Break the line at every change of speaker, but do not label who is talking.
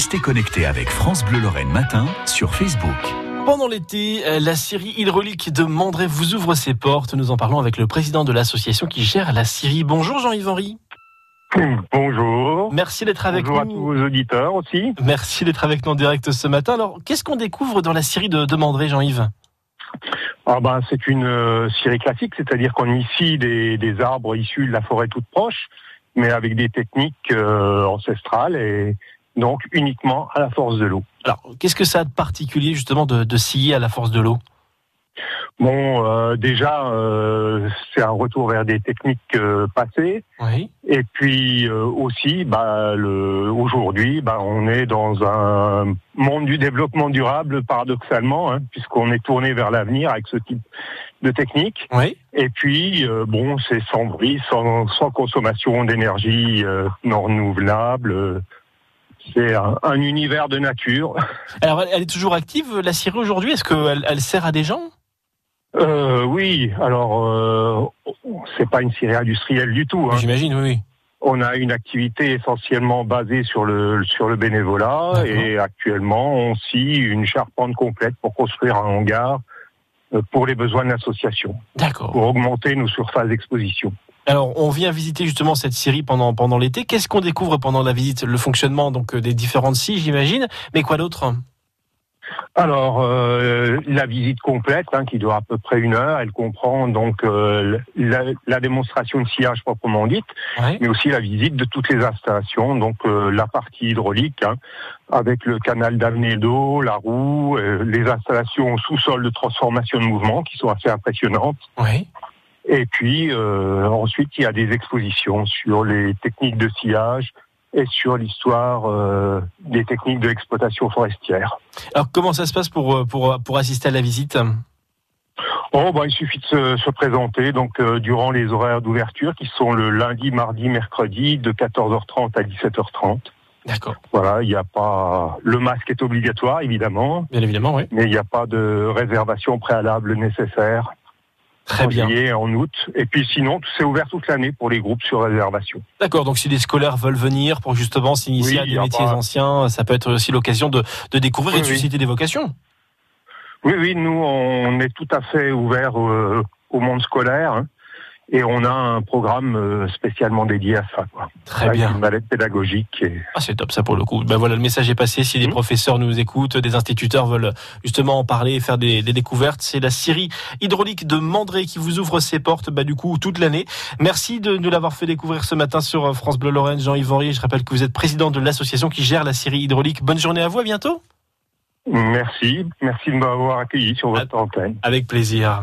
Restez connectés avec France Bleu Lorraine Matin sur Facebook.
Pendant l'été, euh, la Syrie hydraulique de Mandray vous ouvre ses portes. Nous en parlons avec le président de l'association qui gère la Syrie. Bonjour Jean-Yves Henry.
Bonjour.
Merci d'être avec
Bonjour
nous.
à tous vos auditeurs aussi.
Merci d'être avec nous en direct ce matin. Alors, qu'est-ce qu'on découvre dans la Syrie de, de Mandray, Jean-Yves
Ah ben, c'est une euh, scierie classique, c'est-à-dire qu'on initie des, des arbres issus de la forêt toute proche, mais avec des techniques euh, ancestrales et donc uniquement à la force de l'eau.
Alors, qu'est-ce que ça a de particulier justement de, de scier à la force de l'eau
Bon, euh, déjà, euh, c'est un retour vers des techniques euh, passées.
Oui.
Et puis euh, aussi, bah, le, aujourd'hui, bah, on est dans un monde du développement durable, paradoxalement, hein, puisqu'on est tourné vers l'avenir avec ce type de technique.
Oui.
Et puis, euh, bon, c'est sans bruit, sans, sans consommation d'énergie euh, non renouvelable. euh, C'est un, un univers de nature.
Alors, elle, elle est toujours active, la Syrie aujourd'hui Est-ce qu'elle elle sert à des gens
Euh, oui, alors, euh, c'est pas une scierie industrielle du tout. hein.
J'imagine, oui, oui.
On a une activité essentiellement basée sur le, sur le bénévolat
D'accord.
et actuellement, on scie une charpente complète pour construire un hangar euh, pour les besoins de l'association,
D'accord.
pour augmenter nos surfaces d'exposition.
Alors, on vient visiter justement cette Syrie pendant, pendant l'été. Qu'est-ce qu'on découvre pendant la visite Le fonctionnement donc euh, des différentes scies, j'imagine. Mais quoi d'autre
Alors, euh, la visite complète, hein, qui dure à peu près une heure, elle comprend donc euh, la, la démonstration de sillage proprement dite,
ouais.
mais aussi la visite de toutes les installations, donc euh, la partie hydraulique, hein, avec le canal d'amener d'eau, la roue, euh, les installations au sous-sol de transformation de mouvement, qui sont assez impressionnantes.
ouais.
Et puis, euh, ensuite, il y a des expositions sur les techniques de sillage et sur l'histoire euh, des techniques de l'exploitation forestière.
Alors, comment ça se passe pour, euh, pour, euh, pour assister à la visite
Oh, bah, il suffit de se, se présenter donc euh, durant les horaires d'ouverture qui sont le lundi, mardi, mercredi de 14h30 à 17h30.
D'accord.
Voilà, il n'y a pas le masque est obligatoire évidemment,
Bien évidemment, oui.
mais il n'y a pas de réservation préalable nécessaire
Très
en
bien.
juillet et en août. Et puis sinon, c'est ouvert toute l'année pour les groupes sur réservation.
D'accord. Donc, si les scolaires veulent venir pour justement s'initier
Oui,
à
il y
des
a
métiers
pas-
anciens, ça peut être aussi l'occasion de, de découvrir et
Oui,
de
oui.
susciter des vocations.
Oui, oui, nous on est tout à fait ouvert euh, au monde scolaire hein, et on a un programme euh, spécialement dédié à ça. Quoi.
Très
Avec
bien.
Une mallette pédagogique. Et...
Ah, c'est top ça pour le coup. Ben voilà, le message est passé. Si des
Mhm.
professeurs nous écoutent, des instituteurs veulent justement en parler et faire des, des découvertes, c'est la Syrie hydraulique de Mandré qui vous ouvre ses portes bah, du coup toute l'année. Merci de nous l'avoir fait découvrir ce matin sur euh, France Bleu Lorraine, Jean-Yves Henry. Je rappelle que vous êtes président de l'association qui gère la Syrie hydraulique. Bonne journée à vous, à bientôt.
Merci, merci de m'avoir accueilli sur votre antenne.
Avec plaisir.